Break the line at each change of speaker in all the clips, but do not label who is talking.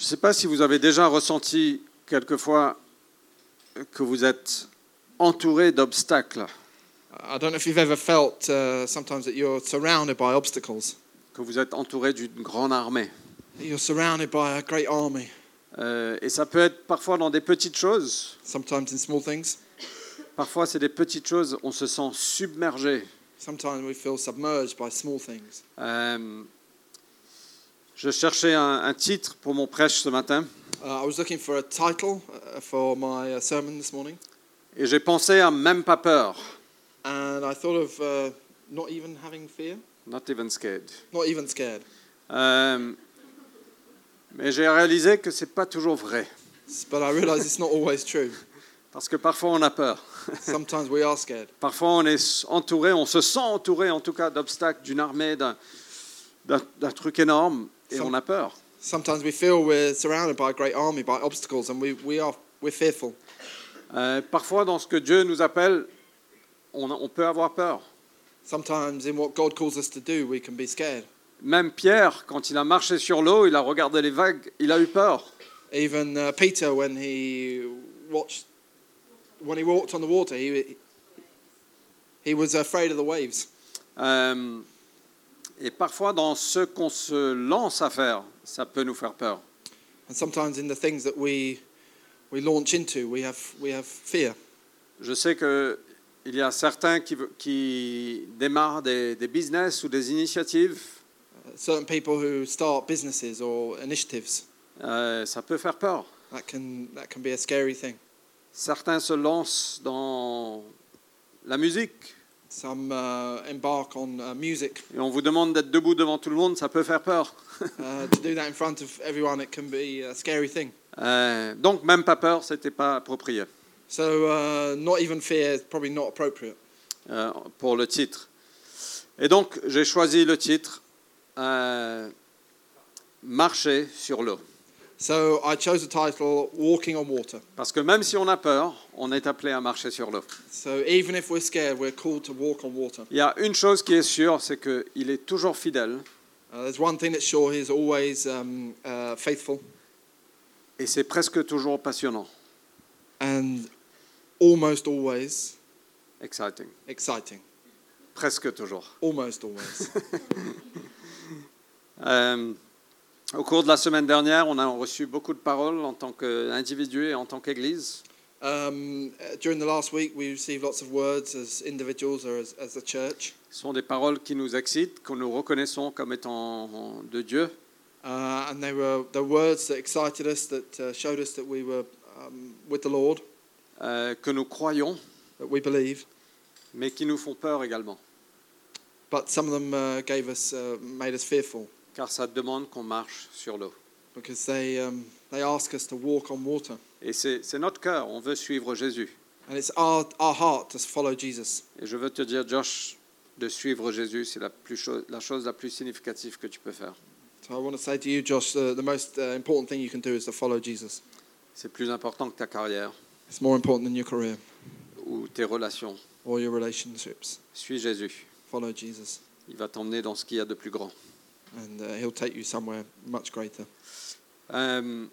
ne sais pas si vous avez déjà ressenti quelquefois que vous êtes entouré d'obstacles,
I don't know if you've ever felt uh, sometimes that you're surrounded by obstacles.
que vous êtes entouré d'une grande armée.
You're surrounded by a great army,
Euh, et ça peut être parfois dans des petites choses.
sometimes in small things.
Parfois, c'est des petites choses, on se sent submergé.
Sometimes we feel submerged by small things.
Euh, je cherchais un, un titre pour mon prêche ce matin
Uh, I was looking for a title uh, for my uh, sermon this morning,
et j'ai pensé à Même pas peur,
and I thought of uh, not even having fear,
Not Even Scared.
not even scared.
Euh, mais j'ai réalisé que ce n'est pas toujours vrai,
S- But I realize it's not always true.
parce que parfois on a peur.
Sometimes we are scared.
Parfois, on est entouré, on se sent entouré en tout cas d'obstacles, d'une armée, d'un, d'un- d'un truc énorme, et
Some-
on a peur.
Sometimes we feel we're surrounded by a great army, by obstacles, and we, we are we're fearful.
Euh, parfois, dans ce que Dieu nous appelle, on, on peut avoir peur.
Sometimes in what God calls us to do, we can be scared.
Même Pierre, quand il a marché sur l'eau, il a regardé les vagues, il a eu peur.
Even uh, Peter, when he watched, when he walked on the water, he he was afraid of the waves.
Euh, et parfois, dans ce qu'on se lance à faire, ça peut nous faire peur.
And sometimes in the things that we we launch into, we have we have fear.
Je sais que il y a certains qui, ve- qui démarrent des- des business ou des initiatives,
Certain people who start businesses or initiatives
euh, ça peut faire peur.
that can that can be a scary thing.
Certains se lancent dans la musique
Some uh, embark on uh, music
et on vous demande d'être debout devant tout le monde, ça peut faire peur.
uh, to do that in front of everyone. It can be a scary thing.
Euh, donc même pas peur, c'était pas approprié
So uh, not even fear is probably not appropriate.
euh, pour le titre. Et donc j'ai choisi le titre euh, Marcher sur l'eau.
So I chose the title "Walking on Water."
Parce que même si on a peur, on est appelé à marcher sur l'eau.
So even if we're scared, we're called to walk on water.
Il y a une chose qui est sûre, c'est qu'il est toujours fidèle
Uh, there's one thing that's sure, he's always um, uh, faithful
et c'est presque toujours passionnant.
and almost always
Exciting.
exciting.
Presque toujours.
Almost always.
Euh, au cours de la semaine dernière, on a reçu beaucoup de paroles en tant qu'individu et en tant qu'Église.
um, uh, during the last week, we received lots of words as individuals or as, as a church.
Ce sont des paroles qui nous excitent, que nous reconnaissons comme étant de Dieu.
Uh, and they were the words that excited us, that uh, showed us that we were um, with the Lord,
euh, que nous croyons,
that we believe.
mais qui nous font peur également,
But some of them uh, gave us, uh, made us fearful
car ça demande qu'on marche sur l'eau.
because they, um, they ask us to walk on water.
Et c'est c'est notre cœur, on veut suivre Jésus.
And it's our, our heart to follow Jesus.
Et je veux te dire, Josh, de suivre Jésus, c'est la, plus cho- la chose la plus significative que tu peux faire.
So I want to say to you, Josh, the, the most uh, important thing you can do is to follow Jesus.
C'est plus important que ta carrière
It's more important than your career
ou tes relations.
or your relationships.
Suis Jésus,
Follow Jesus,
il va t'emmener dans ce qu'il y a de plus grand.
and uh, He'll take you somewhere much greater.
Euh,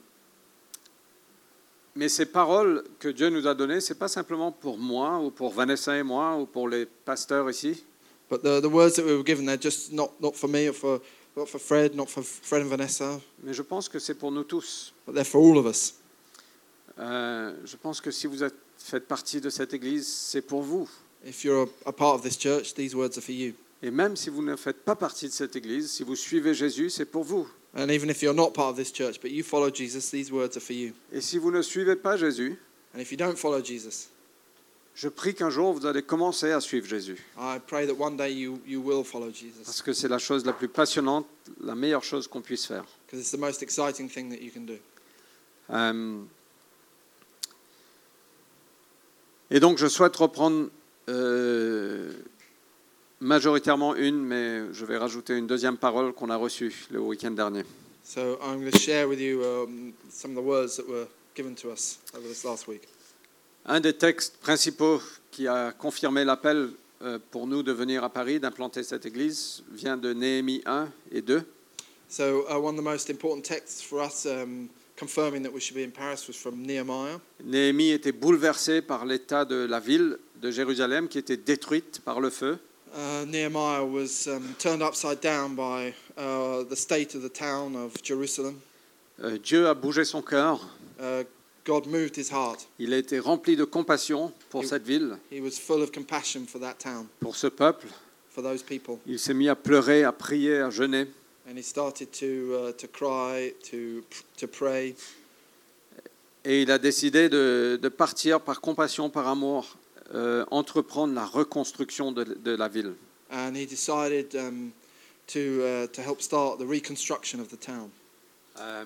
mais ces paroles que Dieu nous a données, ce n'est pas simplement pour moi ou pour Vanessa et moi ou pour les pasteurs ici.
But the, the words that we were given, they're just not, not for me or for, not for Fred, not for Fred and Vanessa,
Mais je pense que c'est pour nous tous.
but they're for all of us.
Euh, je pense que si vous êtes- faites partie de cette Église, c'est pour vous.
If you're a, a part of this church, these words are for you.
Et même si vous ne faites pas partie de cette Église, si vous suivez Jésus, c'est pour vous.
And even if you're not part of this church, but you follow Jesus, these words are for you.
Et si vous ne suivez pas Jésus,
And if you don't follow Jesus,
je prie qu'un jour vous allez commencer à suivre Jésus.
I pray that one day you, you will follow Jesus
Parce que c'est la chose la plus passionnante, la meilleure chose qu'on puisse faire.
because it's the most exciting thing that you can do.
Euh, et donc, je souhaite reprendre euh, majoritairement une, mais je vais rajouter une deuxième parole qu'on a reçue le week-end dernier.
So I'm going to share with you um, some of the words that were given to us over this last week.
Un des textes principaux qui a confirmé l'appel euh, pour nous de venir à Paris, d'implanter cette église, vient de Néhémie 1 et 2.
So uh, one of the most important texts for us um, confirming that we should be in Paris was from Nehemiah.
Néhémie était bouleversé par l'état de la ville de Jérusalem qui était détruite par le feu.
Uh, Nehemiah was um, turned upside down by uh, the state of the town of Jerusalem.
Euh, Dieu a bougé son cœur.
Uh, God moved his heart.
Il a été rempli de compassion pour
Et-
cette ville,
He was full of compassion for that town,
pour ce peuple.
for those people.
Il s'est mis à pleurer, à prier, à jeûner.
And he started to, uh, to cry, to, to pray.
Et il a décidé de, de partir par compassion, par amour, euh, entreprendre la reconstruction de, de la ville.
And he decided um, to, uh, to help start the reconstruction of the town.
Euh,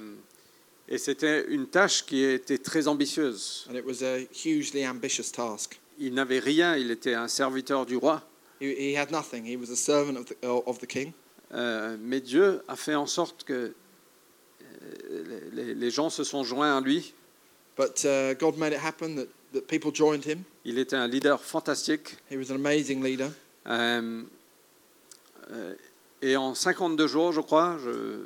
et c'était une tâche qui était très ambitieuse.
And it was a hugely ambitious task.
Il n'avait rien, il était un serviteur du roi.
He, he had nothing. He was a servant of the, uh, of the king.
Euh, mais Dieu a fait en sorte que euh, les, les gens se sont joints à lui.
But uh, God made it happen that, that people joined him.
Il était un leader fantastique.
He was an amazing leader.
Euh, euh, et en 52 jours, je crois, je-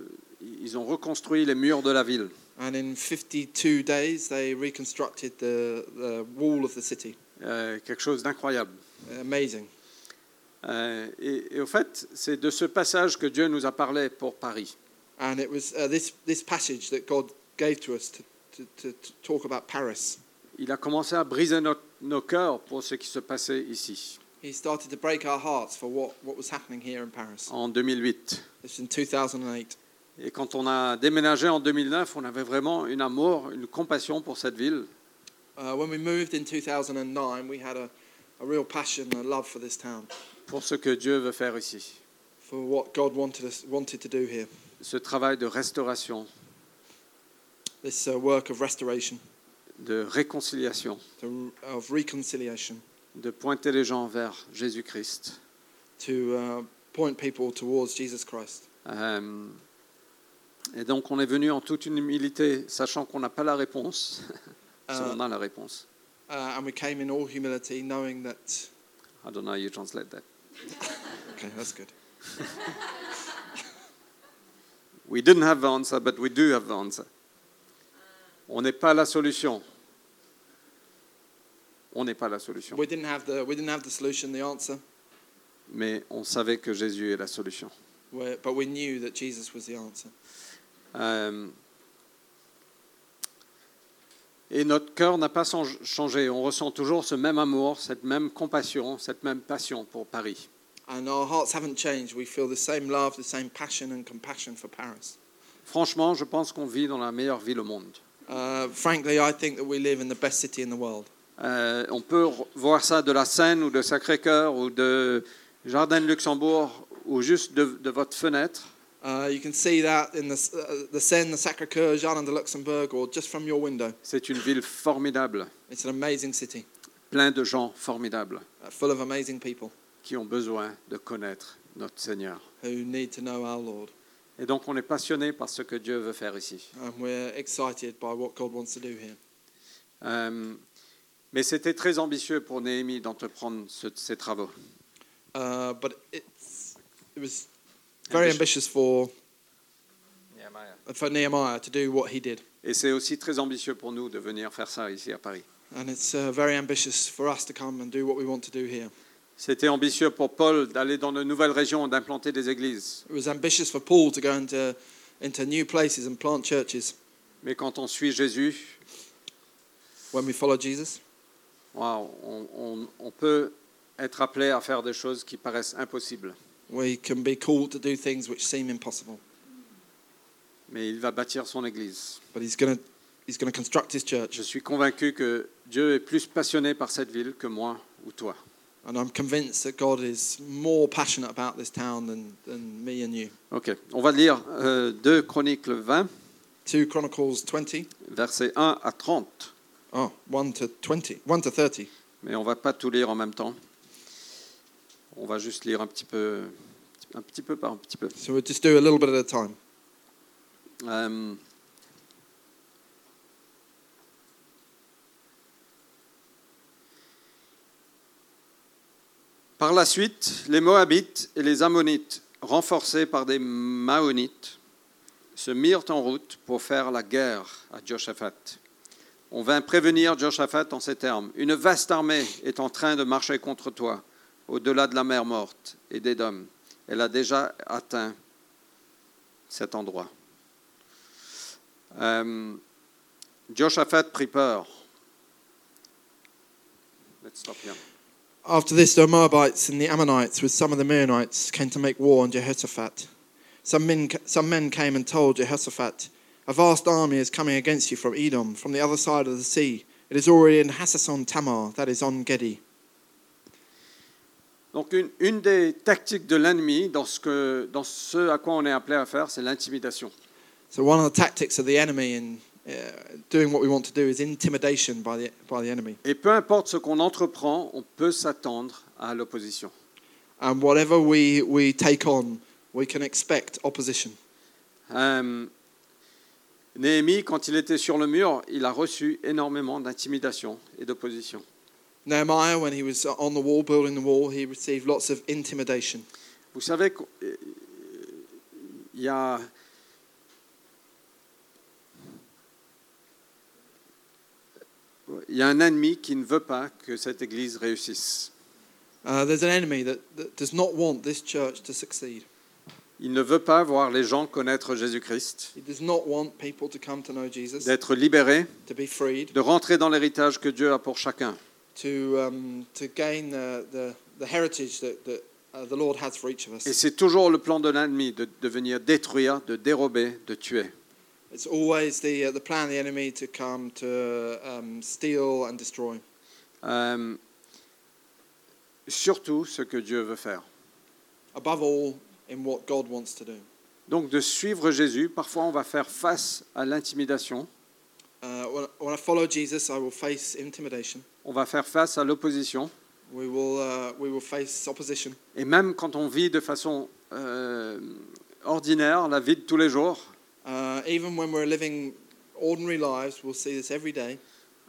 ils ont reconstruit les murs de la ville.
And in 52 days, they reconstructed the, the wall of the city.
Euh, quelque chose d'incroyable.
Amazing.
Euh, et, et au fait, c'est de ce passage que Dieu nous a parlé pour Paris.
And it was uh, this, this passage that God gave to us to, to, to, to talk about Paris.
Il a commencé à briser nos- nos cœurs pour ce qui se passait ici,
He started to break our hearts for what, what was happening here in Paris.
en 2008.
This was in 2008.
Et quand on a déménagé en 2009, on avait vraiment une amour, une compassion pour cette ville.
Uh, when we moved in 2009, we had a, a real passion and a love for this town,
pour ce que Dieu veut faire ici.
for what God wanted, us, wanted to do here.
Ce travail de restauration,
This uh, work of restoration,
de réconciliation,
to, of reconciliation,
de pointer les gens vers Jésus-Christ.
to uh, point people towards Jesus Christ.
Euh, et donc on est venu en toute une humilité, sachant qu'on n'a pas la réponse, si
Euh.
on a la réponse.
Uh, and we came in all humility, knowing that.
I don't know how you translate that.
Okay, that's good.
We didn't have the answer, but we do have the answer. On n'est pas la solution. On n'est pas la solution.
We didn't have the we didn't have the solution, the answer,
Mais on savait que Jésus est la solution.
we- but we knew that Jesus was the answer.
Euh, et notre cœur n'a pas change- changé. On ressent toujours ce même amour, cette même compassion, cette même passion pour Paris.
And our hearts haven't changed. We feel the same love, the same passion and compassion for Paris.
Franchement, je pense qu'on vit dans la meilleure ville au monde.
Uh, frankly, I think that we live in the best city in the world.
Euh, on peut re- voir ça de la Seine ou de Sacré-Cœur ou de Jardin de Luxembourg ou juste de, de votre fenêtre.
Uh, you can see that in the, uh, the Seine, the Sacré-Cœur, Jardin de Luxembourg, or just from your window.
C'est une ville formidable,
It's an amazing city,
plein de gens formidables
uh, full of amazing people
qui ont besoin de connaître notre Seigneur.
who need to know our Lord.
Et donc on est passionné par ce que Dieu veut faire ici.
And we're excited by what God wants to do here.
Euh, mais c'était très ambitieux pour Néhémie d'entreprendre ce- ces travaux.
Uh, but it's, it was very
Ambitious.
ambitious for, for Nehemiah to do what he did.
Et c'est aussi très ambitieux pour nous de venir faire ça ici à Paris.
And it's uh, very ambitious for us to come and do what we want to do here.
C'était ambitieux pour Paul d'aller dans de nouvelles régions, d'implanter des églises.
It was ambitious for Paul to go into, into new places and plant churches
Mais quand on suit Jésus,
when we follow Jesus.
waouh, on, on- on peut être appelé à faire des choses qui paraissent impossibles.
We can be called to do things which seem impossible.
Mais il va bâtir son église.
But he's going to he's gonna construct his church.
Je suis convaincu que Dieu est plus passionné par cette ville que moi ou toi.
And I'm convinced that God is more passionate about this town than, than me and you.
Ok, on va lire euh, 2 Chroniques 20,
2 Chronicles 20.
versets 1 à 30.
Oh, 1 to 20. 1 to 30.
Mais on va pas tout lire en même temps. On va juste lire un petit peu, un petit peu par un petit peu.
So we'll just do a little bit at a time.
Euh, Par la suite, les Moabites et les Ammonites, renforcés par des Maonites, se mirent en route pour faire la guerre à Joshaphat. On vint prévenir Joshaphat en ces termes Une vaste armée est en train de marcher contre toi, au-delà de la mer morte et d'Édom. Elle a déjà atteint cet endroit. Euh, Joshaphat prit peur. Let's stop here.
After this, the Moabites and the Ammonites, with some of the Meunites, came to make war on Jehoshaphat. Some men, some men came and told Jehoshaphat, A vast army is coming against you from Edom, from the other side of the sea. It is already in Hassason Tamar, that is on Gedi.
Donc une, une des tactiques de l'ennemi dans ce, que- dans ce à quoi on est appelé à faire, c'est l'intimidation.
So, one of the tactics of the enemy in uh, doing what we want to do is intimidation by the, by the enemy.
Et peu importe ce qu'on entreprend, on peut s'attendre à l'opposition.
And whatever we, we take on, we can expect opposition.
Euh, Néhémie, quand il était sur le mur, il a reçu énormément d'intimidation et d'opposition.
Nehemiah, when he was on the wall, building the wall, he received lots of intimidation.
Vous savez qu'il y a... Il y a un ennemi qui ne veut pas que cette Église réussisse.
Uh, there's an enemy that, that does not want this church to succeed.
Il ne veut pas voir les gens connaître Jésus-Christ,
He does not want people to come to know Jesus,
d'être libérés,
to be freed,
de rentrer dans l'héritage que Dieu a pour chacun.
to, um, to gain the, the, the heritage that, that uh, the Lord has for each of us.
Et c'est toujours le plan de l'ennemi de, de venir détruire, de dérober, de tuer.
It's always the, uh, the plan of the enemy to come to um, steal and destroy,
Euh, surtout ce que Dieu veut faire.
above all, in what God wants to do.
Donc de suivre Jésus, parfois on va faire face à l'intimidation,
Uh, when, when I follow Jesus, I will face intimidation.
on va faire face à l'opposition,
We will, uh, we will face opposition.
et même quand on vit de façon euh, ordinaire, la vie de tous les jours,
Uh, even when we're living ordinary lives, we'll see this every day.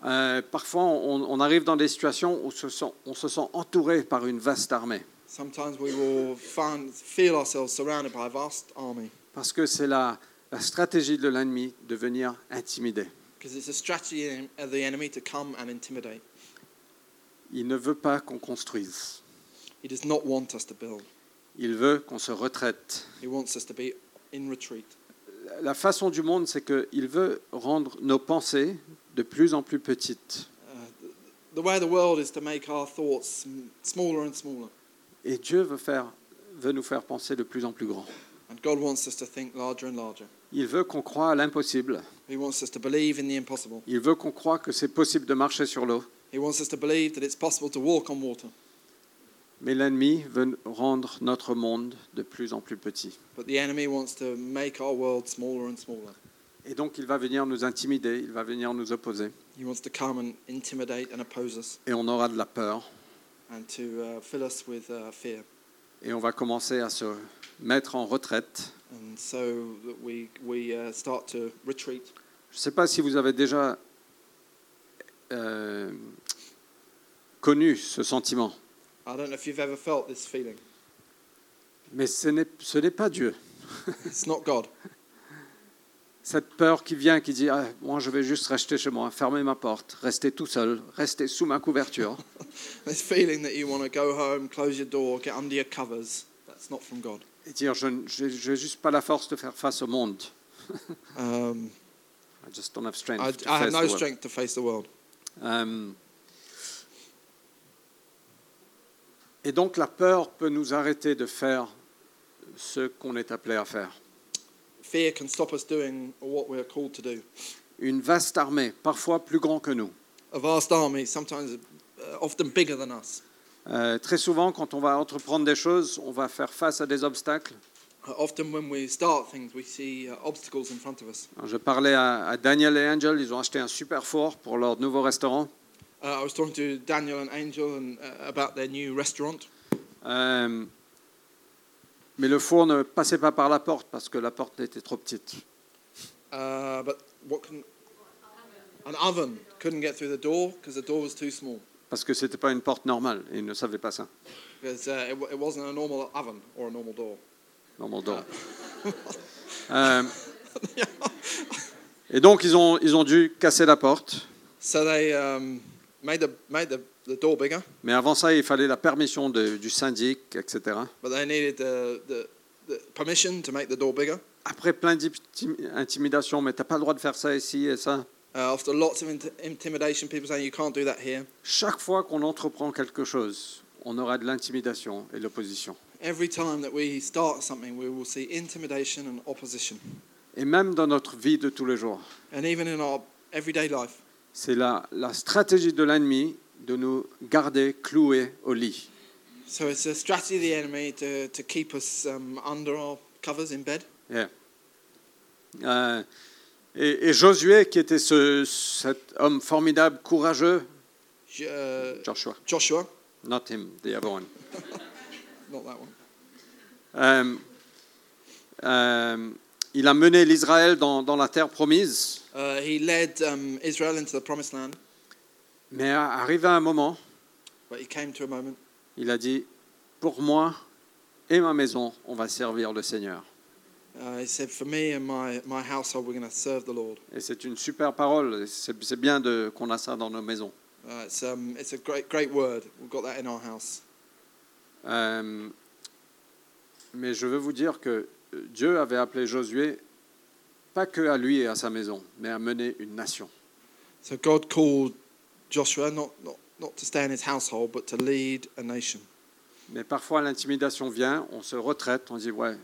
euh, parfois on, on arrive dans des situations où se sent- on se sent entouré par une vaste armée,
Sometimes we will find, feel ourselves surrounded by a vast army
parce que c'est la, la stratégie de l'ennemi de venir intimider.
because it's a strategy of the enemy to come and intimidate.
Il ne veut pas qu'on construise,
He does not want us to build,
il veut qu'on se retraite.
he wants us to be in retreat.
La façon du monde, c'est qu'il veut rendre nos pensées de plus en plus petites.
Uh, the- the way of the world is to make our thoughts m- smaller and smaller,
Et Dieu veut, faire, veut nous faire penser de plus en plus grand.
and God wants us to think larger and larger.
Il veut qu'on croie à l'impossible.
He wants us to believe in the impossible.
Il veut qu'on croie que c'est possible de marcher sur l'eau.
He wants us to believe that it's possible to walk on water.
Mais l'ennemi veut rendre notre monde de plus en plus petit.
But the enemy wants to make our world smaller and smaller.
Et donc il va venir nous intimider, il va venir nous opposer.
He wants to come and intimidate and oppose us
Et on aura de la peur.
and to uh, fill us with uh, fear.
Et on va commencer à se mettre en retraite.
And so that we, we uh, start to retreat.
Je ne sais pas si vous avez déjà euh, connu ce sentiment.
I don't know if you've ever felt this feeling.
Mais ce n'est ce n'est pas Dieu.
It's not God.
Cette peur qui vient, qui dit Ah, Moi, je vais juste rester chez moi, fermer ma porte, rester tout seul, rester sous ma couverture.
This feeling that you want to go home, close your door, get under your covers. That's not from God.
Et dire Je n'ai juste pas la force de faire face au monde.
Um,
I just don't have strength.
I,
to
I have
face
no
the world.
strength to face the world.
Euh, et donc, la peur peut nous arrêter de faire ce qu'on est appelé à faire.
Fear can stop us doing what we're called to do.
Une vaste armée, parfois plus grand que nous.
A vast army, sometimes uh, often bigger than us.
Euh, très souvent, quand on va entreprendre des choses, on va faire face à des obstacles.
Uh, Often when we start things, we see uh, obstacles in front of us.
Alors, Je parlais à, à Daniel et Angel, ils ont acheté un super fort pour leur nouveau restaurant.
Uh, I was talking to Daniel and Angel and, uh, about their new restaurant.
Euh, mais le four ne passait pas par la porte parce que la porte était trop petite.
Uh, but what can an oven couldn't get through the door because the door was too small
Parce que ce n'était pas une porte normale, et ils ne savaient pas ça.
because uh, it, w- it wasn't a normal oven or a normal door.
Normal door. Euh, Et donc, ils ont, ils ont dû casser la porte.
So they um, made, the, made the, the door bigger,
Mais avant ça, il fallait la permission de- du syndic, etc.
but they needed the, the, the permission to make the door bigger.
Après plein d'intimidations, mais t'as pas le droit de faire ça ici et ça.
Uh, after lots of int- intimidation, people saying you can't do that here.
Chaque fois qu'on entreprend quelque chose, on aura de l'intimidation et de l'opposition.
Every time that we start something, we will see intimidation and opposition.
Et même dans notre vie de tous les jours,
And even in our everyday life,
c'est la, la stratégie de l'ennemi de nous garder cloués au lit.
So it's a strategy of the enemy to, to keep us um, under our covers in bed.
Euh, et, et Josué, qui était ce, cet homme formidable, courageux,
J- Uh,
Joshua,
Joshua,
not him, the other one.
not that one.
Euh, euh, il a mené l'Israël dans, dans la terre promise,
Uh, he led um, Israel into the promised land,
mais a- arrivé à un moment,
but he came to a moment.
il a dit, pour moi et ma maison, on va servir le Seigneur.
Uh, he said, For me and my, my household, we're going to serve the Lord.
Et c'est une super parole, et c'est c'est bien de- qu'on a ça dans nos maisons.
Uh, it's, um, it's a great, great word. We've got that in our house.
Euh, mais je veux vous dire que Dieu avait appelé Josué pas que à lui et à sa maison, mais à mener une nation.
So God called Joshua not, not, not to stay in his household, but to lead a nation.
Mais parfois l'intimidation vient, on se retraite, on dit ouais,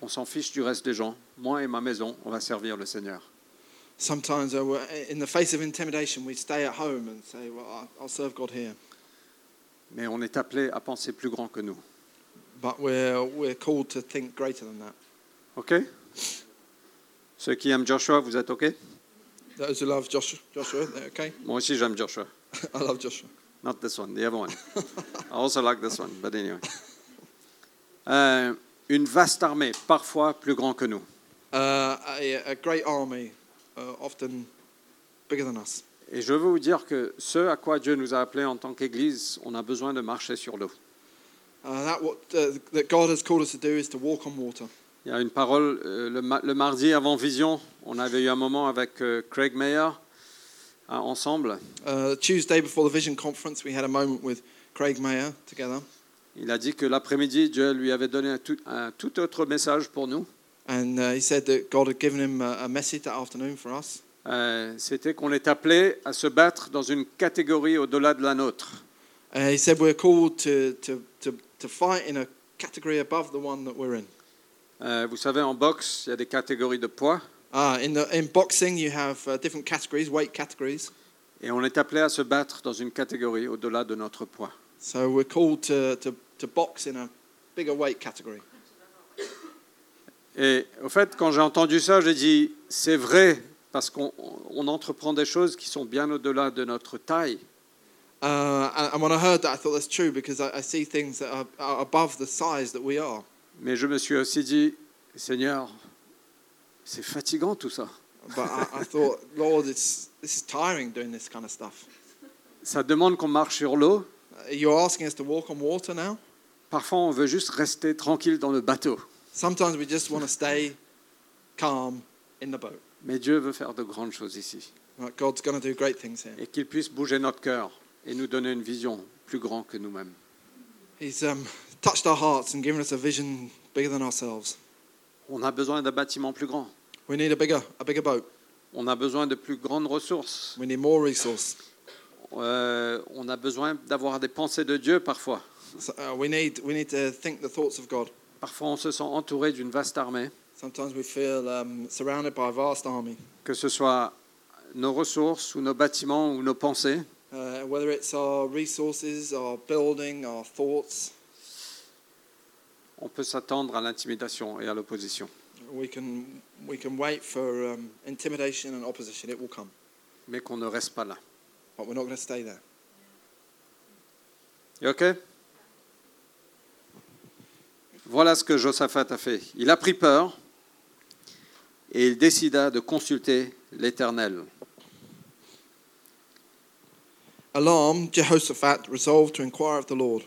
on s'en fiche du reste des gens. Moi et ma maison, on va servir le Seigneur.
Sometimes, uh, we're- in the face of intimidation, we stay at home and say, Well, I- I'll serve God here.
Mais on est appelé à penser plus grand que nous.
But we're, we're called to think greater than that.
Ok Ceux qui aiment Joshua, vous êtes ok
Those who love Joshua, Joshua they're okay?
Moi aussi j'aime Joshua.
I love Joshua.
Not this one, the other one. I also like this one, but anyway. Euh, une vaste armée, parfois plus grand que nous.
Uh, a, a great army, uh, often bigger than us.
Et je veux vous dire que ce à quoi Dieu nous a appelés en tant qu'Église, on a besoin de marcher sur l'eau.
Uh, that what uh, that God has called us to do is to walk on water.
Il y a une parole, euh, le, ma- le mardi avant Vision, on avait eu un moment avec euh, Craig Mayer hein, ensemble.
Uh, Tuesday before the Vision Conference, we had a moment with Craig Mayer together,
Il a dit que l'après-midi, Dieu lui avait donné un tout, un tout autre message pour nous.
and uh, he said that God had given him a, a message that afternoon for us.
Euh, C'était qu'on est appelé à se battre dans une catégorie au-delà de la nôtre.
Uh, he said we're called to, to, to, to fight in a category above the one that we're in.
Euh, vous savez, en boxe, il y a des catégories de poids.
Uh, in, the, in boxing, you have uh, different categories, weight categories.
Et on est appelé à se battre dans une catégorie au-delà de notre poids.
So we're called to, to, to box in a bigger weight category.
Et au fait, quand j'ai entendu ça, j'ai dit, c'est vrai, parce qu'on on entreprend des choses qui sont bien au-delà de notre taille.
Uh, and, and when I heard that, I thought that's true because I, I see things that are, are above the size that we are.
Mais je me suis aussi dit, Seigneur, c'est fatigant tout ça.
But I, I thought, Lord, it's, this is tiring doing this kind of stuff.
Ça demande qu'on marche sur l'eau.
Uh, You're asking us to walk on water now?
Parfois, on veut juste rester tranquille dans le bateau.
Sometimes we just want to stay calm in the boat.
Mais Dieu veut faire de grandes choses ici.
Right, God's going to do great things here.
Et qu'il puisse bouger notre cœur et nous donner une vision plus grande que nous-mêmes.
He's um, touched our hearts and given us a vision bigger than ourselves.
On a besoin d'un bâtiment plus grand.
We need a bigger, a bigger boat.
On a besoin de plus grandes ressources.
We need more resource.
Euh, on a besoin d'avoir des pensées de Dieu parfois.
So, uh, we, need, we need to think the thoughts of God.
Parfois, on se sent entouré d'une vaste armée,
Sometimes we feel um, surrounded by a vast army,
que ce soit nos ressources ou nos bâtiments ou nos pensées.
uh, whether it's our resources, our building, our thoughts,
On peut s'attendre à l'intimidation et à l'opposition.
we can, we can wait for um, intimidation and opposition. It will come,
Mais qu'on ne reste pas là.
but we're not going to stay there.
You OK Voilà ce que Josaphat a fait. Il a pris peur et il décida de consulter l'Éternel.
Alarmed, Jehoshaphat resolved to inquire of the Lord,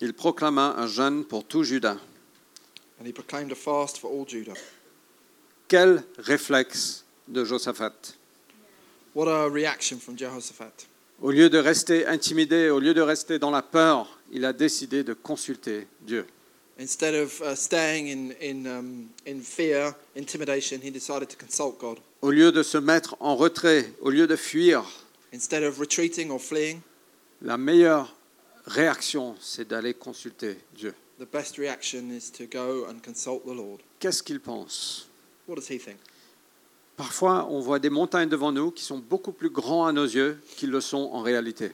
Il proclama un jeûne pour tout Juda.
and he proclaimed a fast for all Judah.
Quel réflexe de Josaphat
What a reaction from Jehoshaphat.
Au lieu de rester intimidé, au lieu de rester dans la peur, il a décidé de consulter Dieu.
Instead of uh, staying in, in, um, in fear, intimidation, he decided to consult God.
Au lieu de se mettre en retrait, au lieu de fuir,
Instead of retreating or fleeing,
la meilleure réaction, c'est d'aller consulter Dieu.
the best reaction is to go and consult the Lord.
Qu'est-ce qu'il pense
What does he think?
Parfois, on voit des montagnes devant nous qui sont beaucoup plus grands à nos yeux qu'ils le sont en réalité.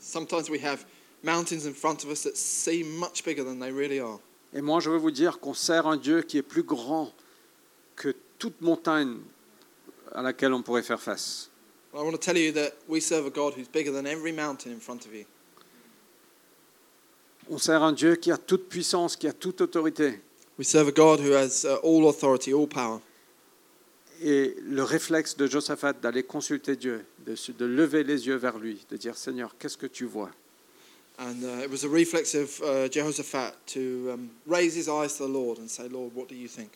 Sometimes we have mountains in front of us that seem much bigger than they really are.
Et moi, je veux vous dire qu'on sert un Dieu qui est plus grand que toute montagne à laquelle on pourrait faire face.
I want to tell you that we serve a God who's bigger than every mountain in front of you.
On sert un Dieu qui a toute puissance, qui a toute autorité.
We serve a God who has uh, all authority, all power.
Et le réflexe de Josaphat d'aller consulter Dieu, de, se- de lever les yeux vers lui, de dire Seigneur, qu'est-ce que tu vois
And uh, it was a reflex of uh, Jehoshaphat to um, raise his eyes to the Lord and say, Lord, what do you think?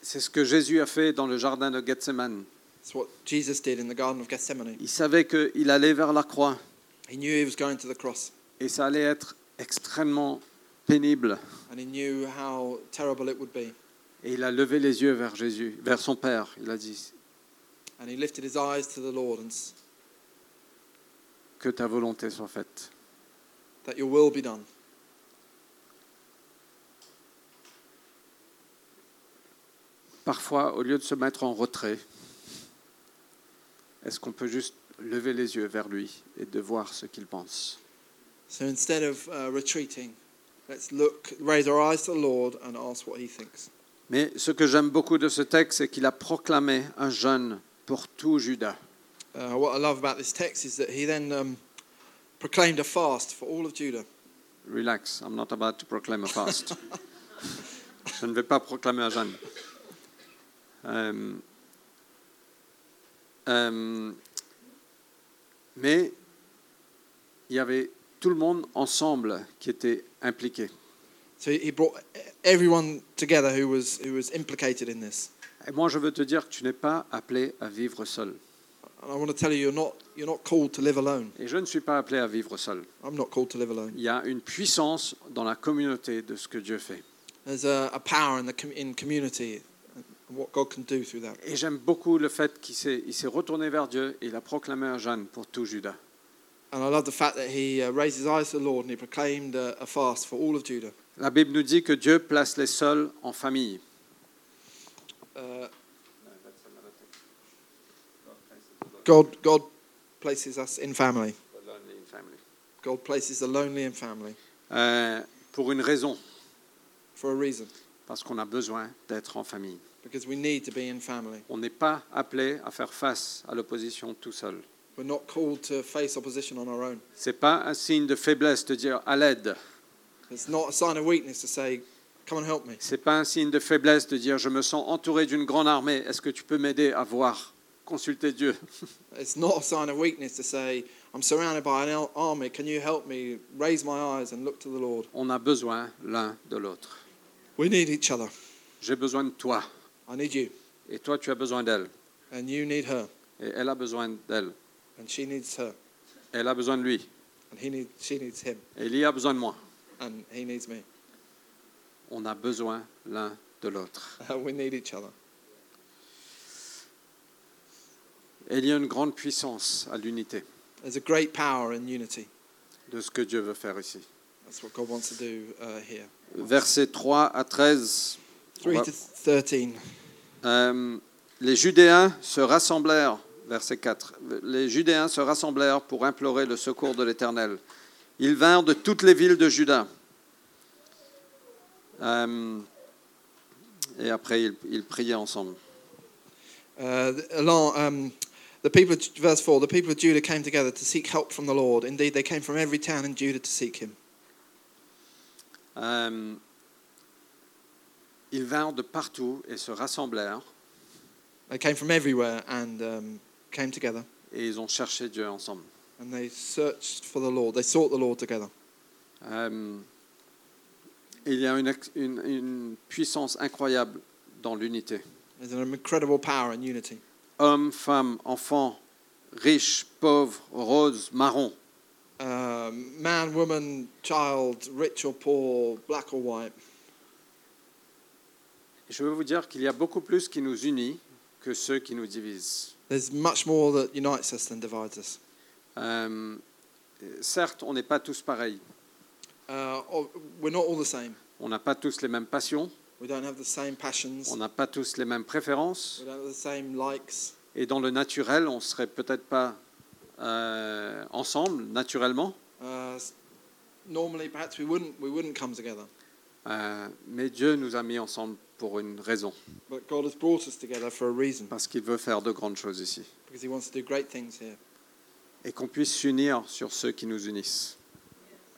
C'est ce que Jésus a fait dans le jardin de Gethsemane.
It's what Jesus did in the Garden of Gethsemane.
Il savait qu'il allait vers la croix
He knew he was going to the cross,
et ça allait être extrêmement pénible.
and he knew how terrible it would be.
Et il a levé les yeux vers Jésus, vers son Père. Il a dit
And he lifted his eyes to the Lord and s-
Que ta volonté soit faite.
that your will be done.
Parfois, au lieu de se mettre en retrait, est-ce qu'on peut juste lever les yeux vers lui et de voir ce qu'il pense
So instead of uh, retreating, let's look, raise our eyes to the Lord and ask what he thinks.
Mais ce que j'aime beaucoup de ce texte, c'est qu'il a proclamé un jeûne pour tout Judas.
Uh, what I love about this text is that he then um, proclaimed a fast for all of Judah.
Relax, I'm not about to proclaim a fast. Je ne vais pas proclamer un jeûne. Euh, euh, mais il y avait tout le monde ensemble qui était impliqué.
So he- he brought everyone together who was, who was implicated in this.
Et moi, je veux te dire que tu n'es pas appelé à vivre seul.
And I want to tell you, you're not, you're not called to live alone.
Et je ne suis pas appelé à vivre seul.
I'm not called to live alone.
Il y a une puissance dans la communauté de ce que Dieu fait.
There's a, a power in, the com- in community and what God can do through that.
Et j'aime beaucoup le fait qu'il s'est il s'est retourné vers Dieu et il a proclamé un jeûne pour tout Judas.
And I love the fact that he uh, raised his eyes to the Lord and he proclaimed a, a fast for all of Judah.
La Bible nous dit que Dieu place les seuls en famille.
Uh, God, God places us in family. God places the lonely in family
Euh, pour une raison,
for a reason,
parce qu'on a besoin d'être en famille.
because we need to be in family.
On n'est pas appelé à faire face à l'opposition tout seul.
We're not called to face opposition on our own.
C'est pas un signe de faiblesse de dire à l'aide.
It's not a sign of weakness to say, "Come and help me."
C'est pas un signe de faiblesse de dire je me sens entouré d'une grande armée. Est-ce que tu peux m'aider à voir Consulter Dieu.
It's not a sign of weakness to say, "I'm surrounded by an al- army. Can you help me?" Raise my eyes and look to the Lord.
On a besoin l'un de l'autre.
We need each other.
J'ai besoin de toi
I need you,
et toi tu as besoin d'elle
and you need her,
et elle a besoin d'elle.
and she needs her,
Elle a besoin de lui
and he need, she needs him,
et il y a besoin de moi.
and he needs me.
On a besoin l'un de l'autre.
Uh, we need each other.
Et il y a une grande puissance à l'unité
There's a great power in unity.
de ce que Dieu veut faire ici.
That's what God wants to do uh, here.
Versets 3 à 13. On
Three
va-
to thirteen.
Euh, les Judéens se rassemblèrent, verset 4, les Judéens se rassemblèrent pour implorer le secours de l'Éternel. Ils vinrent de toutes les villes de Juda. Euh, et après, ils, ils priaient ensemble.
Uh, the- along, um, the people, of Ju- verse four. The people of Judah came together to seek help from the Lord. Indeed, they came from every town in Judah to seek Him.
Euh, ils vinrent de partout et se rassemblèrent
They came from everywhere and um, came together,
et ils ont cherché Dieu ensemble.
and they searched for the Lord. They sought the Lord together.
Euh, il y a une ex- une- une puissance incroyable dans l'unité.
There's an incredible power in unity.
Hommes, femmes, enfants, riches, pauvres, roses, marrons.
Um, man, woman, child, rich or poor, black or white.
Et je veux vous dire qu'il y a beaucoup plus qui nous unit que ceux qui nous divisent.
There's much more that unites us than divides us.
Euh, certes, on n'est pas tous pareils.
Uh, or- we're not all the same.
On n'a pas tous les mêmes passions.
We don't have the same passions.
On n'a pas tous les mêmes préférences.
We don't have the same likes.
Et dans le naturel, on ne serait peut-être pas euh, ensemble, naturellement.
Uh, s- normally, perhaps we wouldn't we wouldn't come together,
Euh, mais Dieu nous a mis ensemble pour une raison,
but God has brought us together for a reason
parce qu'il veut faire de grandes choses ici.
because He wants to do great things here.
Et qu'on puisse s'unir sur ceux qui nous unissent.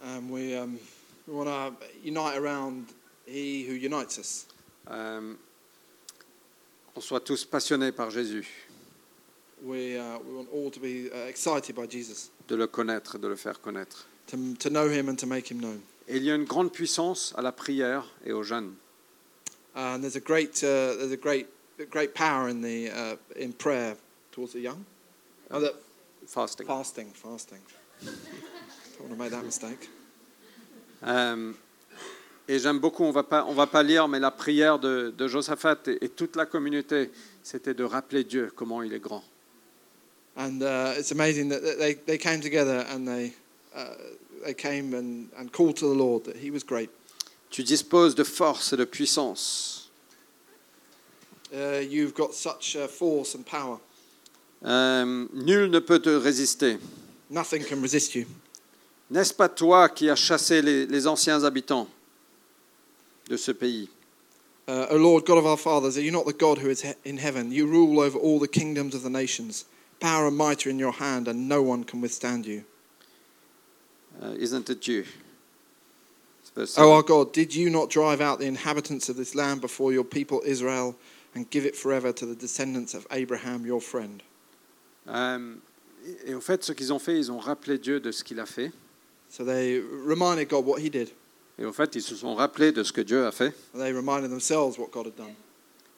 And we um, we want to unite around He who unites us.
Euh, qu'on soit tous passionnés par Jésus,
We uh, we want all to be uh, excited by Jesus,
de le connaître, de le faire connaître.
to to know Him and to make Him known.
Et il y a une grande puissance à la prière et aux jeunes.
And there's a great, uh, there's a great, great power in the uh, in prayer towards the young. Oh, that
Fasting.
fasting, fasting. Don't want to make that mistake.
Euh, et j'aime beaucoup, on va pas, on va pas lire, mais la prière de, de Josaphat et, et toute la communauté, c'était de rappeler Dieu, comment il est grand.
And uh, it's amazing that that they, they came together and they uh, they came and, and called to the Lord that He was great.
Tu disposes de force et de puissance.
Uh, you've got such uh, force and power.
Euh, nul ne peut te résister.
Nothing can resist you.
N'est-ce pas toi qui as chassé les, les anciens habitants de ce pays
Uh, o Lord God of our fathers, are you not the God who is he- in heaven? You rule over all the kingdoms of the nations. Power and might are in your hand, and no one can withstand you.
Euh, Isn't it you Verse
O
seven.
our God, did you not drive out the inhabitants of this land before your people Israel and give it forever to the descendants of Abraham, your friend?
Euh, et- et au fait, ce qu'ils ont fait, ils ont rappelé Dieu de ce qu'il a fait.
So they reminded God what he did.
Et au fait, ils se sont rappelés de ce que Dieu a fait.
They reminded themselves what God had done.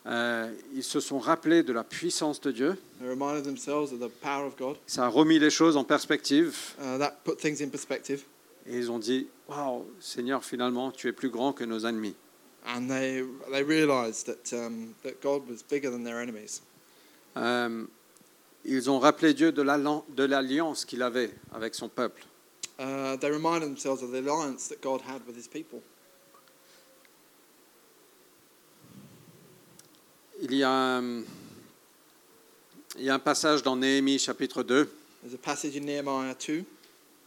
Euh, ils se sont rappelés de la puissance de Dieu.
They reminded themselves of the power of God.
Ça a remis les choses en perspective.
Uh, that put things in perspective.
Et ils ont dit Waouh, Seigneur, finalement, tu es plus grand que nos ennemis.
And they, they realized that, um, that God was bigger than their enemies.
Euh, ils ont rappelé Dieu de l'allan- de l'alliance qu'il avait avec son peuple.
Uh, they reminded themselves of the alliance that God had with his people.
Il y a un, il y a un passage dans Néhémie, chapitre 2,
There's a passage in Nehemiah 2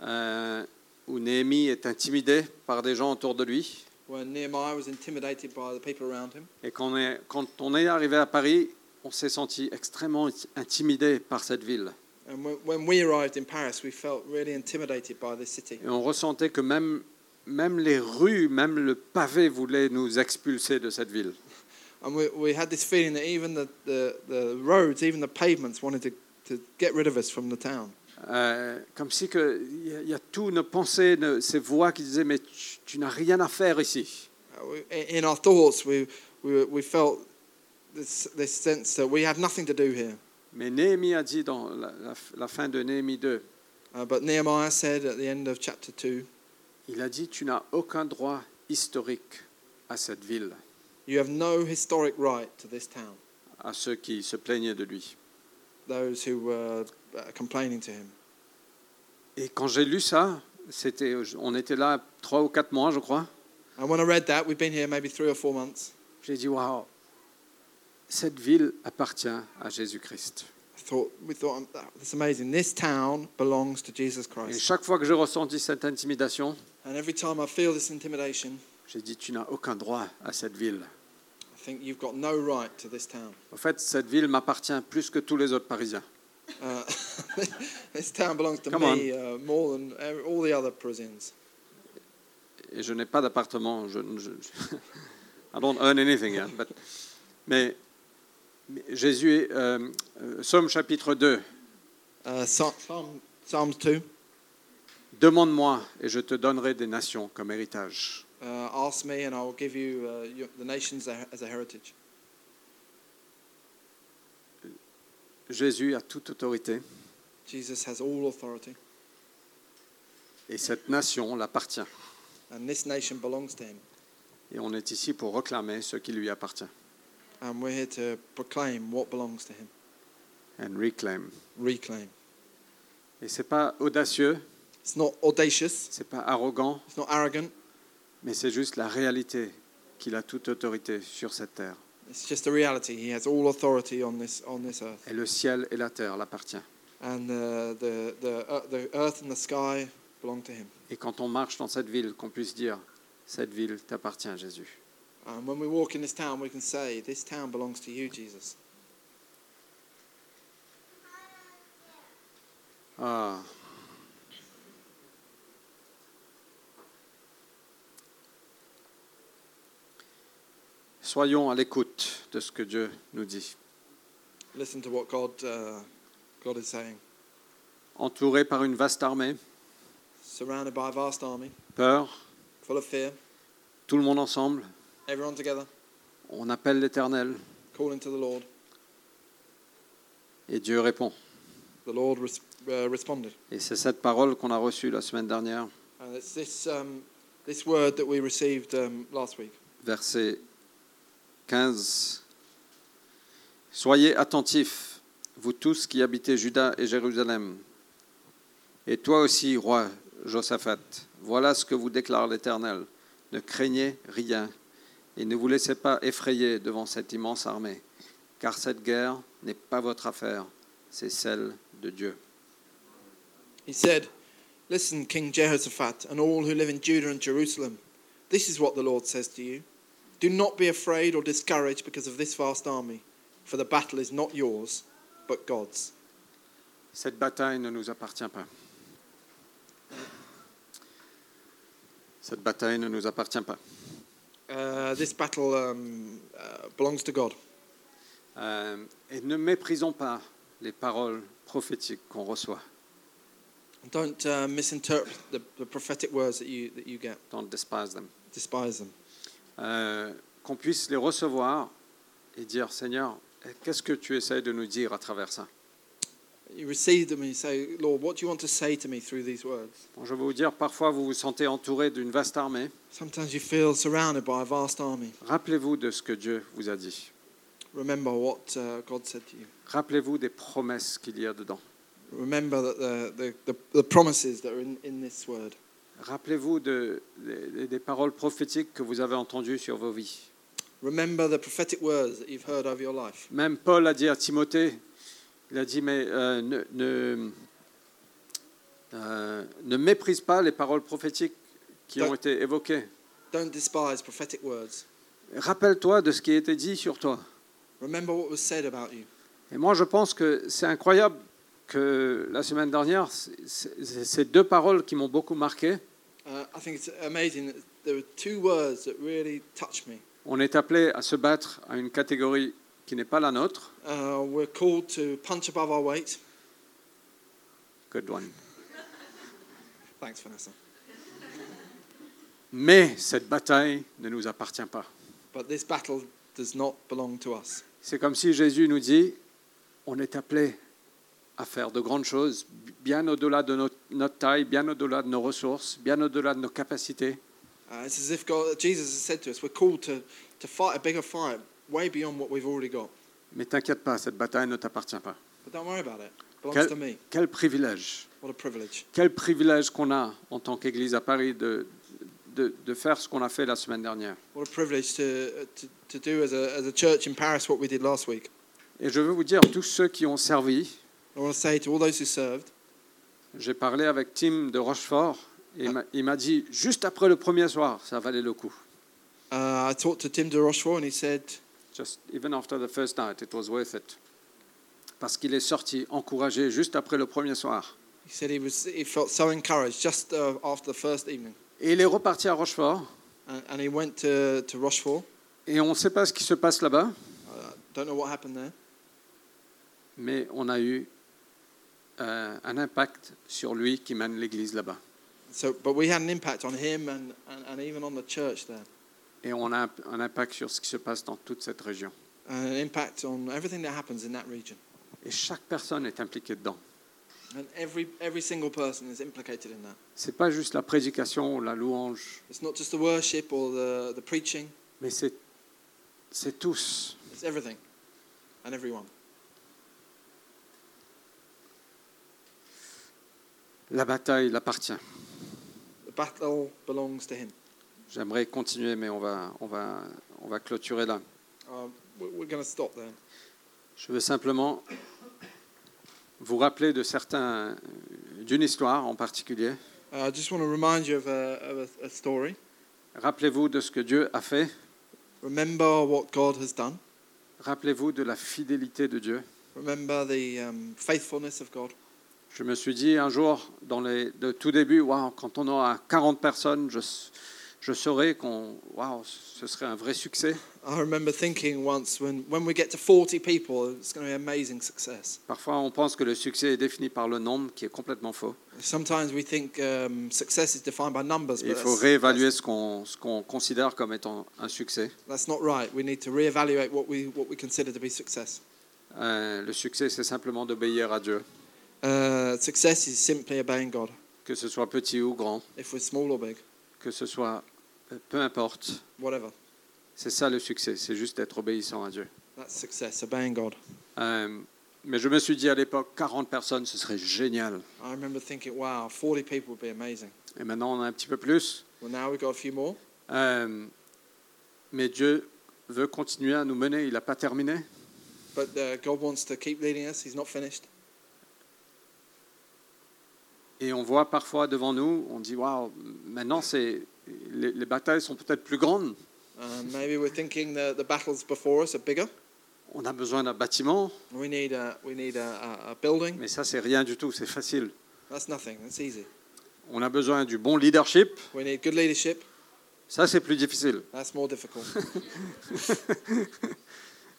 euh, où Néhémie est intimidé par des gens autour de lui.
where Nehemiah was intimidated by the people around him.
Et quand on est, quand on est arrivé à Paris, on s'est senti extrêmement intimidé par cette ville.
And when, when we arrived in Paris, we felt really intimidated by this city.
Et on ressentait que même, même les rues, même le pavé voulait nous expulser de cette ville.
And we, we had this feeling that even the, the, the roads, even the pavements, wanted to, to get rid of us from the town.
Euh, comme si que- il y a- il y, a tous nos pensées, nos- ces voix qui disaient Mais tu, tu n'as rien à faire ici.
Uh, we- i- In our thoughts, we, we, were- we felt this, this sense that we had nothing to do here.
Mais Néhémie a dit dans la, la- la fin de Néhémie 2,
Uh, but Nehemiah said at the end of chapter 2,
il a dit Tu n'as aucun droit historique à cette ville,
You have no historic right to this town,
à ceux qui se plaignaient de lui.
those who were uh, complaining to him.
Et quand j'ai lu ça, c'était, on était là trois ou quatre mois, je crois.
And when I read that, we've been here maybe three or four months,
J'ai dit Waouh, cette ville appartient à Jésus-Christ.
I thought, we thought, um, that- that's amazing. This town belongs to Jesus
Et
Christ.
chaque fois que j'ai ressenti cette intimidation,
And every time I feel this intimidation,
j'ai dit Tu n'as aucun droit à cette ville.
I think you've got no right to this town.
En fait, cette ville m'appartient plus que tous les autres Parisiens.
Uh, this town belongs to
Come
me uh, more than ev- all the other Parisians.
Et je n'ai pas d'appartement. Je, je, je- I don't earn anything. yeah, but- mais, mais Jésus, est, euh, euh, Somme chapitre 2,
Uh, Psa- Psalm, Psalms 2
Demande-moi et je te donnerai des nations comme héritage.
uh, Ask me, and I will give you uh, your, the nations a- as a heritage.
Jésus a toute autorité
Jesus has all authority,
et cette nation l'appartient.
and this nation belongs to him.
Et on est ici pour reclamer ce qui lui appartient.
And we're here to proclaim what belongs to him,
And reclaim.
reclaim.
Et c'est pas audacieux,
It's not audacious,
c'est pas arrogant,
it's not arrogant,
mais c'est juste la réalité qu'il a toute autorité sur cette terre.
it's just a reality. He has all authority on this, on this earth.
Et le ciel et la terre l'appartient.
And uh, the, the, uh, the earth and the sky belong to him.
Et quand on marche dans cette ville, qu'on puisse dire, cette ville t'appartient, Jésus.
And when we walk in this town, we can say, This town belongs to you, Jesus.
Ah. Soyons à l'écoute de ce que Dieu nous dit.
Listen to what God, uh, God is saying.
Entourés par une vaste armée,
Surrounded by a vast army,
peur,
full of fear,
tout le monde ensemble,
everyone together,
on appelle l'Éternel
calling to the Lord.
et Dieu répond.
The Lord res- uh, responded.
Et c'est cette parole qu'on a reçue la semaine dernière,
And it's this, um, this word that we received um, last week.
verset 15. Soyez attentifs, vous tous qui habitez Juda et Jérusalem. Et toi aussi, roi Josaphat, voilà ce que vous déclare l'Éternel. Ne craignez rien et ne vous laissez pas effrayer devant cette immense armée, car cette guerre n'est pas votre affaire, c'est celle de Dieu.
He said, Listen, King Jehoshaphat, and all who live in Judah and Jerusalem, this is what the Lord says to you. Do not be afraid or discouraged because of this vast army, for the battle is not yours, but God's.
Cette bataille ne nous appartient pas. Cette bataille ne nous appartient pas.
Uh, this battle um, uh, belongs to God.
Euh, et ne méprisons pas les paroles prophétiques qu'on reçoit
Don't uh, misinterpret the, the prophetic words that you, that you get,
dans Despise Them.
despise them.
Euh, qu'on puisse les recevoir et dire Seigneur, qu'est-ce que tu essaies de nous dire à travers ça
You receive them and you say, Lord, what do you want to say to me through these words?
Bon, Je vais vous dire, parfois vous vous sentez entouré d'une vaste armée.
Sometimes you feel surrounded by a vast army.
Rappelez-vous de ce que Dieu vous a dit.
Remember what uh, God said to you.
Rappelez-vous des promesses qu'il y a dedans.
Remember that the, the, the, the promises that are in, in this word.
Rappelez-vous de- des- des paroles prophétiques que vous avez entendues sur vos vies.
Remember the prophetic words that you've heard over your life.
Même Paul a dit à Timothée, il a dit, mais euh, ne, ne- euh, ne méprise pas les paroles prophétiques qui ont
Donc-
été évoquées.
Don't despise prophetic words.
Rappelle-toi de ce qui a été dit sur toi.
Remember what was said about you.
Et moi, je pense que c'est incroyable que la semaine dernière, c'est- c'est- c'est ces deux paroles qui m'ont beaucoup marqué,
Uh, I think it's amazing that there were two words that really touched me.
on est appelé à se battre à une catégorie qui n'est pas la nôtre.
Uh, we're called to punch above our weight.
Good one.
Thanks, Vanessa.
Mais cette bataille ne nous appartient pas.
But this battle does not belong to us.
C'est comme si Jésus nous dit, on est appelé à faire de grandes choses, bien au-delà de notre, notre taille, bien au-delà de nos ressources, bien au-delà de nos capacités.
Uh, it's as if God, Jesus has said to us, we're called to, to fight a bigger fight way beyond what we've already got.
Mais t'inquiète pas, cette bataille ne t'appartient pas.
But don't worry about it. It belongs
Quel,
to me.
quel privilège,
What a privilege.
quel privilège qu'on a en tant qu'Église à Paris de, de, de faire ce qu'on a fait la semaine dernière.
What a privilege to, to, to do as a, as a church in Paris what we did last week.
Et je veux vous dire, tous ceux qui ont servi,
I want to say to all those who served,
j'ai parlé avec Tim de Rochefort, et il m'a- il m'a dit, juste après le premier soir, ça valait le coup.
uh, I talked to Tim de Rochefort and he said,
Just even after the first night, it was worth it. Parce qu'il est sorti encouragé juste après le premier soir.
he said he, was, he felt so encouraged just uh, after the first evening.
Et il est reparti à Rochefort.
And, and he went to, to Rochefort.
Et on ne sait pas ce qui se passe là-bas,
Uh, don't know what happened there,
mais on a eu euh, un impact sur lui qui mène l'église là-bas.
so, but we had an impact on him and, and, and even on the church there.
Et on a un- un impact sur ce qui se passe dans toute cette région.
And an impact on everything that happens in that region.
Et chaque personne est impliquée dedans.
And every, every single person is implicated in that.
C'est pas juste la prédication ou la louange,
It's not just the worship or the, the preaching,
mais c'est c'est tous.
it's everything and everyone.
La bataille l'appartient.
The battle belongs to Him.
J'aimerais continuer, mais on va, on va, on va clôturer là.
Um, we're we're going to stop there.
Je veux simplement vous rappeler de certains, d'une histoire en particulier.
Uh, I just want to remind you of a, of a, a story.
Rappelez-vous de ce que Dieu a fait.
Remember what God has done.
Rappelez-vous de la fidélité de Dieu.
Remember the um, faithfulness of God.
Je me suis dit un jour, dans les, de tout début, Waouh, quand on aura 40 personnes, je, je saurai qu'on, waouh, ce serait un vrai succès.
I remember thinking once when, when we get to 40 people, it's going to be amazing success.
Parfois, on pense que le succès est défini par le nombre, qui est complètement faux.
Sometimes we think um, success is defined by numbers,
Et
but
il faut
that's,
réévaluer ce qu'on, ce qu'on considère comme étant un succès.
that's- that's not right. We need to reevaluate what we, what we consider to be success.
Euh, le succès, c'est simplement d'obéir à Dieu,
Uh, success is simply obeying God,
que ce soit petit ou grand,
if we're small or big,
que ce soit euh, peu importe.
whatever.
C'est ça le succès, c'est juste d'être obéissant à Dieu.
That's success, obeying God.
Euh, mais je me suis dit à l'époque, 40 personnes, ce serait génial.
I remember thinking, wow, 40 people would be amazing.
Et maintenant, on a un petit peu plus.
Well, now we've got a few more.
Euh, mais Dieu veut continuer à nous mener. Il n'a pas terminé.
But uh, God wants to keep leading us. He's not finished.
Et on voit parfois devant nous, on dit waouh, maintenant c'est les, les batailles sont peut-être plus grandes.
Um, maybe we're thinking the, the battles before us are bigger.
On a besoin d'un bâtiment,
We need a, we need a, a, a building.
mais ça c'est rien du tout, c'est facile.
That's nothing. That's easy.
On a besoin du bon leadership,
We need good leadership.
ça c'est plus difficile.
That's more difficult.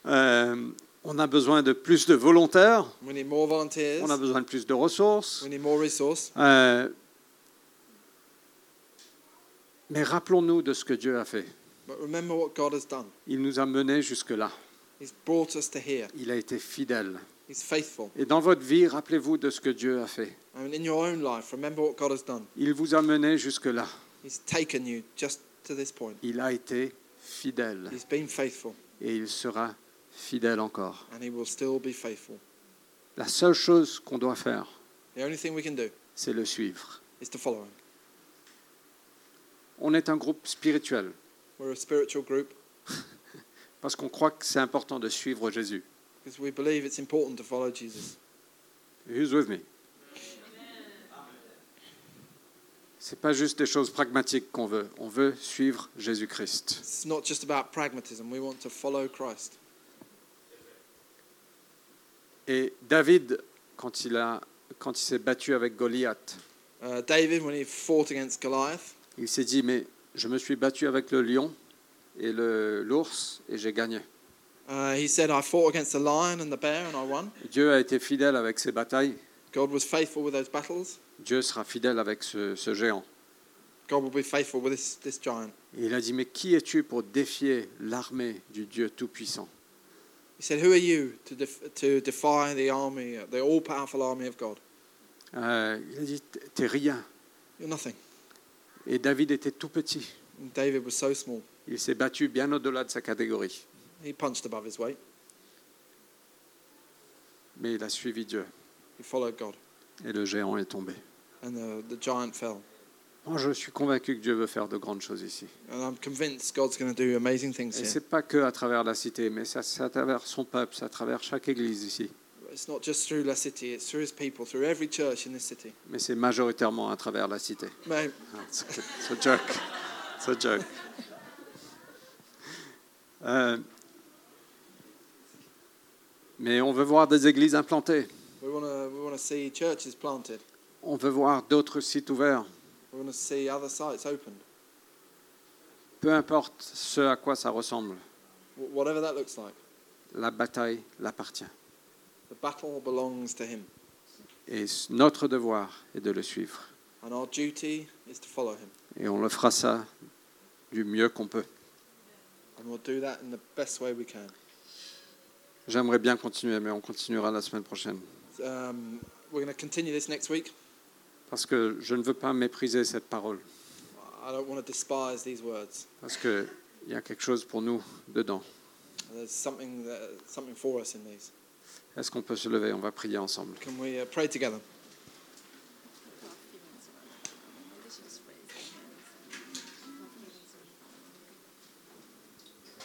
Euh, on a besoin de plus de volontaires,
we need more volunteers.
on a besoin de plus de ressources.
We need more resource.
Euh, mais rappelons-nous de ce que Dieu a fait.
But remember what God has done.
Il nous a menés jusque-là.
He's brought us to here.
Il a été fidèle.
He's faithful.
Et dans votre vie, rappelez-vous de ce que Dieu a fait.
I mean, in your own life, remember what God has done.
Il vous a mené jusque-là.
He's taken you just to this point.
Il a été fidèle
He's been faithful,
et il sera fidèle encore.
and He will still be faithful.
La seule chose qu'on doit faire,
The only thing we can do
c'est le suivre.
is to follow Him.
On est un groupe spirituel
We're a spiritual group
parce qu'on croit que c'est important de suivre Jésus.
because we believe it's important to follow Jesus.
Who's with me? C'est pas juste des choses pragmatiques qu'on veut. On veut suivre Jésus-Christ.
It's not just about pragmatism. We want to follow Christ.
Et David, quand il a, quand il s'est battu avec Goliath,
Uh, David, when he fought against Goliath,
il s'est dit mais je me suis battu avec le lion et le- l'ours et j'ai gagné.
uh, he said, I fought against the lion and the bear and I won.
Dieu a été fidèle avec ses batailles.
God was faithful with those battles.
Dieu sera fidèle avec ce, ce géant.
God will be faithful with this, this giant.
Et il a dit, mais qui es-tu pour défier l'armée du Dieu Tout-Puissant
He said, Who are you to, def- to defy the army, uh, the all powerful army of God?
Euh, Il a dit, t'es rien.
You're nothing.
Et David était tout petit.
And David was so small.
Il s'est battu bien au-delà de sa catégorie.
He punched above his weight.
Mais il a suivi Dieu.
He followed God.
Et le géant est tombé.
And the, the giant fell.
Moi, je suis convaincu que Dieu veut faire de grandes choses ici.
And I'm convinced God's going to do amazing things
Et
here.
c'est pas que à travers la cité, mais ça- c'est à travers son peuple, c'est à travers chaque église ici.
It's not just through La City, it's through his people, through every church in this city.
Mais c'est majoritairement à travers la cité. Ah,
Mate,
It's a, it's a joke. It's a joke. Euh, mais on veut voir des églises implantées.
we want to we want to see churches planted.
On veut voir d'autres sites ouverts.
We want to see other sites opened.
Peu importe ce à quoi ça ressemble,
Wh- Whatever that looks like,
la bataille l'appartient.
the battle belongs to him,
Et c- notre devoir est de le suivre.
and our duty is to follow him.
Et on le fera ça du mieux qu'on peut.
And we'll do that in the best way we can.
J'aimerais bien continuer, mais on continuera la semaine prochaine.
Um, we're going to continue this next week.
Parce que je ne veux pas mépriser cette parole.
I don't want to despise these words.
Parce qu'il y a quelque chose pour nous dedans.
There's something, that, something for us in these.
Est-ce qu'on peut se lever On va prier ensemble.
Can we uh, pray together?